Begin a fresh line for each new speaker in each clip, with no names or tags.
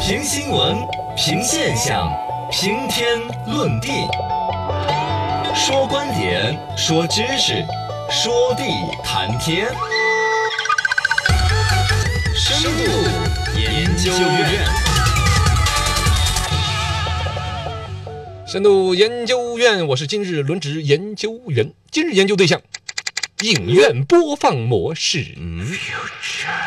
评新闻，评现象，评天论地，说观点，说知识，说地谈天。深度研究院，
深度研究院，我是今日轮值研究员。今日研究对象：影院播放模式。
嗯，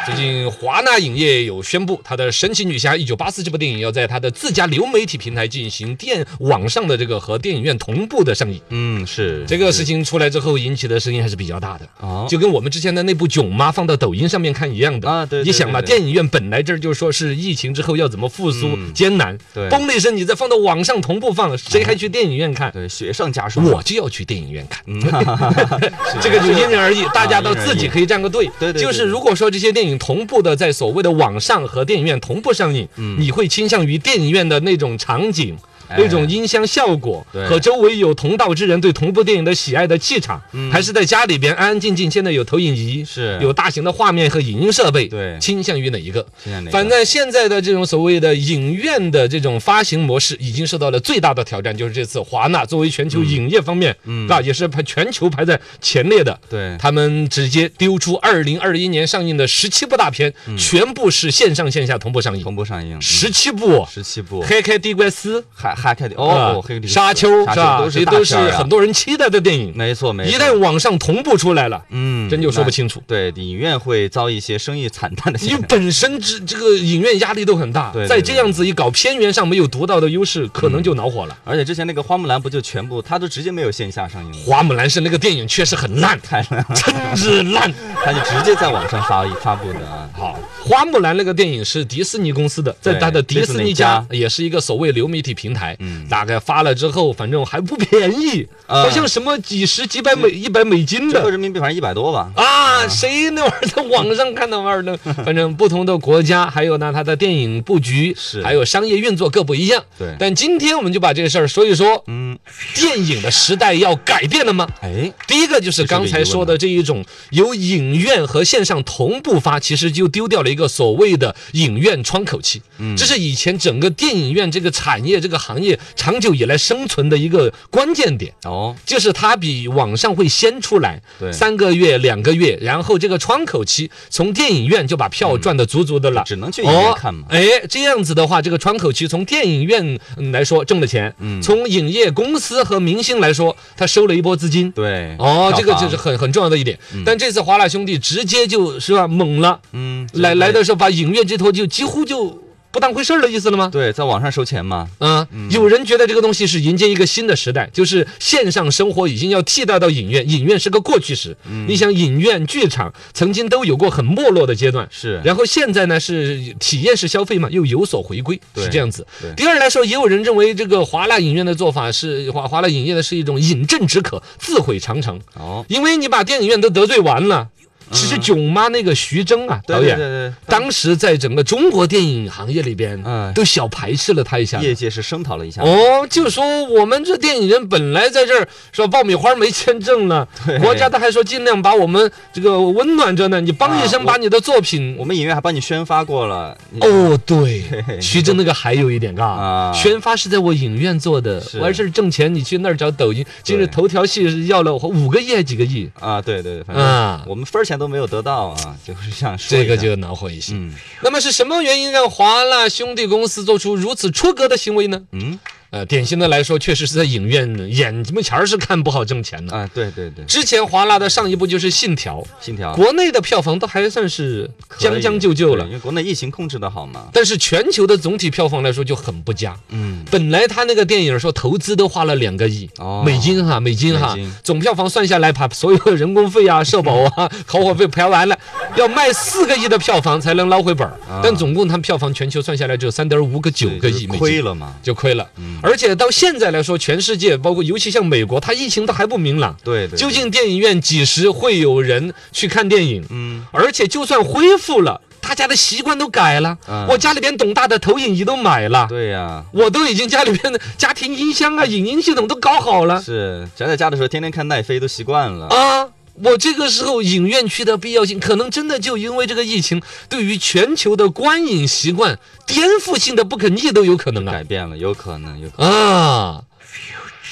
最近，华纳影业有宣布，它的《神奇女侠1984》这部电影要在它的自家流媒体平台进行电网上的这个和电影院同步的上映。
嗯，是
这个事情出来之后，引起的声音还是比较大的。
哦，
就跟我们之前的那部《囧妈》放到抖音上面看一样的
啊对对
你想嘛，
对对
电影院本来这儿就说是疫情之后要怎么复苏、
嗯
艰难，
对
嘣的一声，你再放到网上同步放，谁还去电影院看？
对雪上加霜。
我就要去电影院看，
嗯，哈哈哈哈是
这个就因人而异，大家都
因人而
自
异
己可以站个队。
对对对
就是如果说这些电影同步的在所谓的网上和电影院同步上映，
嗯
你会倾向于电影院的那种场景。那种音箱效果
哎对
和周围有同道之人对同步电影的喜爱的气场，还是在家里边安安静静，现在有投影仪，
嗯是
有大型的画面和影音设备，
对
倾向于哪一个？
现在哪个
反正现在的这种所谓的影院的这种发行模式，已经受到了最大的挑战，就是这次华纳作为全球影业方面，嗯，啊，也是排全球排在前列的，
对
他们直接丢出二零二一年上映的十七部大片，全部是线上线下同步上映
嗯同，步上映，
十七部，
十七部，
黑客帝国四》
还还看的
啊
哦，黑历史
沙丘
沙
是
丘
吧
都？是
这
大
都是
片儿啊
很多人期待的电影，
没错没错。
一旦网上同步出来了，
嗯，
真就说不
那
清楚。
对，影院会遭一些生意惨淡的
因
现
为
象。
本身这这个影院压力都很大
对，对嗯
在这样子一搞片源上没有独到的优势，可能就恼火了。
而且之前那个花木兰不就全部，它都直接没有线下上映了，
花木兰是那个电影确实很烂，
太烂了，
真是烂。
它就直接在网上发发布的啊。
好，花木兰那个电影是迪士尼公司的，在
对
它的迪士尼家
迪士尼
也是一个所谓流媒体平台，
嗯
大概发了之后，反正还不便宜，
啊
好像什么几十几百美
嗯
一百美金
折合
的。
人民币反正一百多吧。
啊，谁那玩意儿在网上看那玩意 儿呢？反正不同的国家，还有呢，它的电影布局
是
还有商业运作各不一样。
对
但今天我们就把这个事儿说一说，
嗯，
电影的时代要改变了吗？
哎，
第一个就是刚才说的这一种由影院和线上同步发，其实就丢掉了一个所谓的影院窗口期。
嗯
这是以前整个电影院这个产业、这个行业长久以来生存的一个关键点。
哦，
就是它比网上会先出来，
对
三个月、两个月，然后这个窗口期，从电影院就把票赚得足足的了，
只能去影院看嘛
哦。哎，这样子的话，这个窗口期从电影院嗯来说挣了钱，
嗯
从影业公司和明星来说，他收了一波资金。
对，嗯
哦，
票
这个
房
就是很很重要的一点。但这次华纳兄弟直接就是吧猛了，
嗯就
来
是
来的时候把影院这头就几乎就不当回事儿的意思了吗？
对，在网上收钱嘛。
啊，
嗯
有人觉得这个东西是迎接一个新的时代，就是线上生活已经要替代到影院，影院是个过去时。
嗯
你想，影院、剧场曾经都有过很没落的阶段，
是
然后现在呢是体验式消费嘛，又有所回归，
对
是这样子
对。
第二来说，也有人认为这个华纳影院的做法是华华纳影业的是一种饮鸩止渴、自毁长城，
哦，
因为你把电影院都得罪完了。其实囧妈那个徐峥啊，
嗯对
导
对
演。
对
当时在整个中国电影行业里边，
嗯
都小排斥了他一下
对，
的，
业界是声讨了一下。
哦，就说我们这电影人本来在这儿说爆米花没签证了，国家他还说尽量把我们这个温暖着呢，你帮一
啊
声
我
把你的作品。
我们影院还帮你宣发过了。你，
哦，对
嘿，
徐峥那个还有一点 嘎，
啊
宣发是在我影院做的
是，
完事儿挣钱你去那儿找抖音，今日
对
头条系是要了我五个亿还几个亿，
啊，对对，对反
啊
正我们分儿钱都没有得到啊，就是想说
这个
一下
就恼火一些。
嗯
那么是什么原因让华纳兄弟公司做出如此出格的行为呢？
嗯
呃，典型的来说，确实是在影院眼睛前儿是看不好挣钱的。
啊，对对对，
之前华纳的上一部就是《信条》，
信条
国内的票房都还算是
啊可
将
以
将就就
对
了
因，为国内疫情控制的好嘛。
但是全球的总体票房来说就很不佳。
嗯，
本来他那个电影说投资都花了两个亿
哦
美金哈，美金哈
美金，
总票房算下来，把所有的人工费啊、社保 啊、烤火费赔完了，要卖四个亿的票房才能捞回本儿
啊。
但总共他们票房全球算下来只有三点五个九
对
个
就是
亿美
亏
金。
了嗯嘛。
就亏了，而且到现在来说，全世界包括尤其像美国，它疫情都还不明朗，
对对，
究竟电影院几时会有人去看电影？
嗯，
而且就算恢复了，大家的习惯都改了。
嗯
我家里边董大的投影仪都买了，
对呀，
我都已经家里边的家庭音箱啊、影音系统都搞好了
是宅在家的时候天天看奈飞都习惯了。
啊。我这个时候影院区的必要性，可能真的就因为这个疫情，对于全球的观影习惯颠覆性的不可逆都有可能啊
改变了，有可能，有可
啊！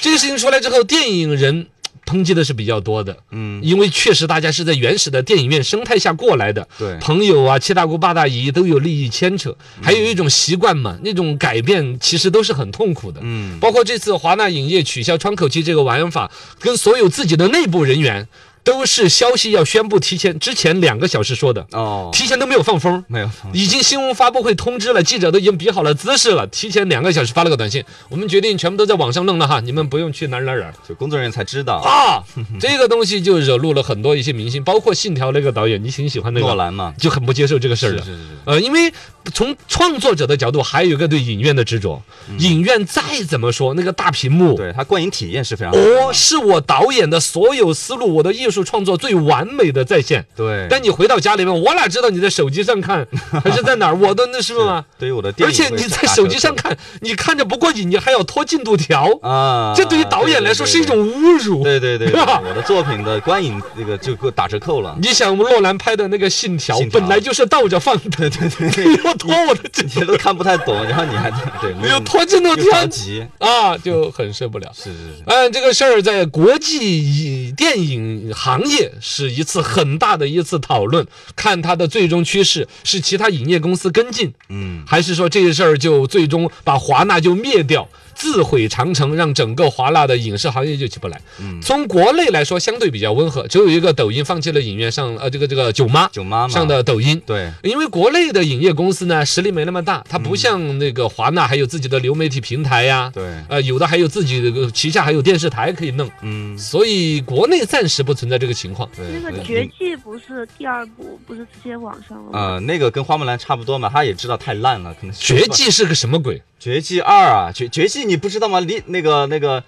这个事情出来之后，电影人抨击的是比较多的，
嗯，
因为确实大家是在原始的电影院生态下过来的，
对嗯
朋友啊、七大姑八大姨都有利益牵扯，还有一种习惯嘛，那种改变其实都是很痛苦的，
嗯，
包括这次华纳影业取消窗口期这个玩法，跟所有自己的内部人员都是消息要宣布提前之前两个小时说的，
能。哦，
提前都没有放风。
没有方
已经新闻发布会通知了，记者都已经比好了姿势了，提前两个小时发了个短信，我们决定全部都在网上弄了哈，你们不用去哪儿哪儿哪儿
就工作人员才知道。
啊。这个东西就惹怒了很多一些明星，包括《信条》那个导演，你挺喜欢那
诺
个，
兰嘛，
就很不接受这个事儿
是
的
是。是，
呃，因为从创作者的角度，还有一个对影院的执着。影院再怎么说，那个大屏幕，
嗯对他观影体验是非常好的
哦，是我导演的所有思路，我的艺术创作最完美的再现。
对，
但你回到家里面，我哪知道你在手机上看还是在哪儿？我的那是吗？
对于我的电
而
影
且
会打折扣，
你在手机上看，你看着不过瘾，你还要拖进度条，
啊，
这对于导演来说是一种侮辱。
对。对对对，对
是吧
我的作品的观影那个就给我打折扣了，
你想，我们诺兰拍的那个《信条》，
信条
本来就是倒着放的，对对 对，你要拖我的进，
你都看不太懂，然后你还对，
你要拖进度
又着
条
急，
啊，就很受不了。
是是是，
嗯，这个事儿在国际电影行业是一次很大的一次讨论，看它的最终趋势是其他影业公司跟进，
嗯，
还是说这事儿就最终把华纳就灭掉，自毁长城，让整个华纳的影视行业就起不来。
嗯
从国内来说，相对比较温和，只有一个抖音放弃了影院上呃这个这个九妈
九妈妈
上的抖音。
对，
因为国内的影业公司呢，实力没那么大，它不像那个华纳还有自己的流媒体平台呀，
嗯对
呃，有的还有自己的个旗下还有电视台可以弄，
嗯，
所以国内暂时不存在这个情况。
对，
那个
对
《
嗯
绝技》不是第二部，不是直接网上
啊
了吗？
呃，那个跟花木兰差不多嘛，他也知道太烂了，可能是
绝技是个什么鬼？
绝技二啊，绝绝技你不知道吗？李那个那个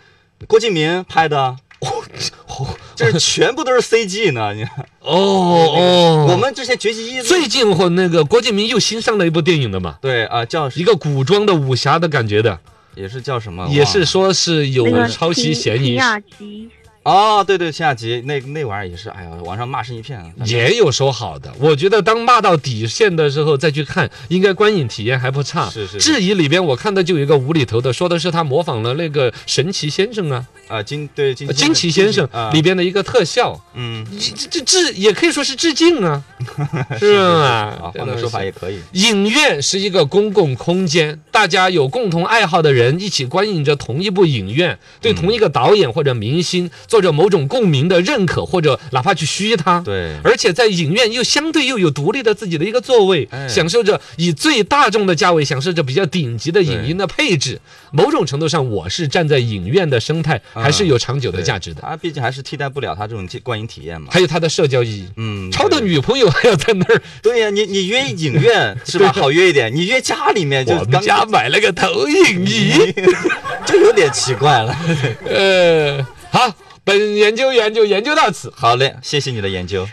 郭敬明拍的，
哦
就是全部都是 CG 呢。你看，
哦哦，
我们之前绝技一
最近或那个郭敬明又新上了一部电影的嘛，
对啊、叫
一个古装的武侠的感觉的，
也是叫什么？
也
忘
是
了
说是
那
有
个
抄袭
皮
嫌
皮
疑，
亚吉，
哦，对对，秦雅集那那玩意儿也是，哎呀，网上骂声一片啊。
也有说好的。我觉得当骂到底线的时候再去看，应该观影体验还不差。
是是是
质疑里边我看到就有一个无厘头的，说的是他模仿了那个神奇先生啊，
啊，金对金
惊奇先生
啊，
里边的一个特效，
嗯，
这这致也可以说是致 敬啊，是
啊
吧，？
换个说法也可以。
影院是一个公共空间，大家有共同爱好的人一起观影着同一部影院，对同一个导演或者明星做着某种共鸣的认可，或者哪怕去虚他。
对，
而且在影院又相对又有独立的自己的一个座位，
哎
享受着以最大众的价位享受着比较顶级的影音的配置。某种程度上，我是站在影院的生态还是有长久的
啊对
价值的，
他毕竟还是替代不了他这种观影体验嘛。
还有它的社交意义。
嗯，
超的
对
女朋友还要在那儿，
对呀，你你约影院 是吧？好约一点，你约家里面就
我们
刚
家买了个投影仪。
就有点奇怪了。
呃，好，本研究员就研究到此。
好嘞，谢谢你的研究。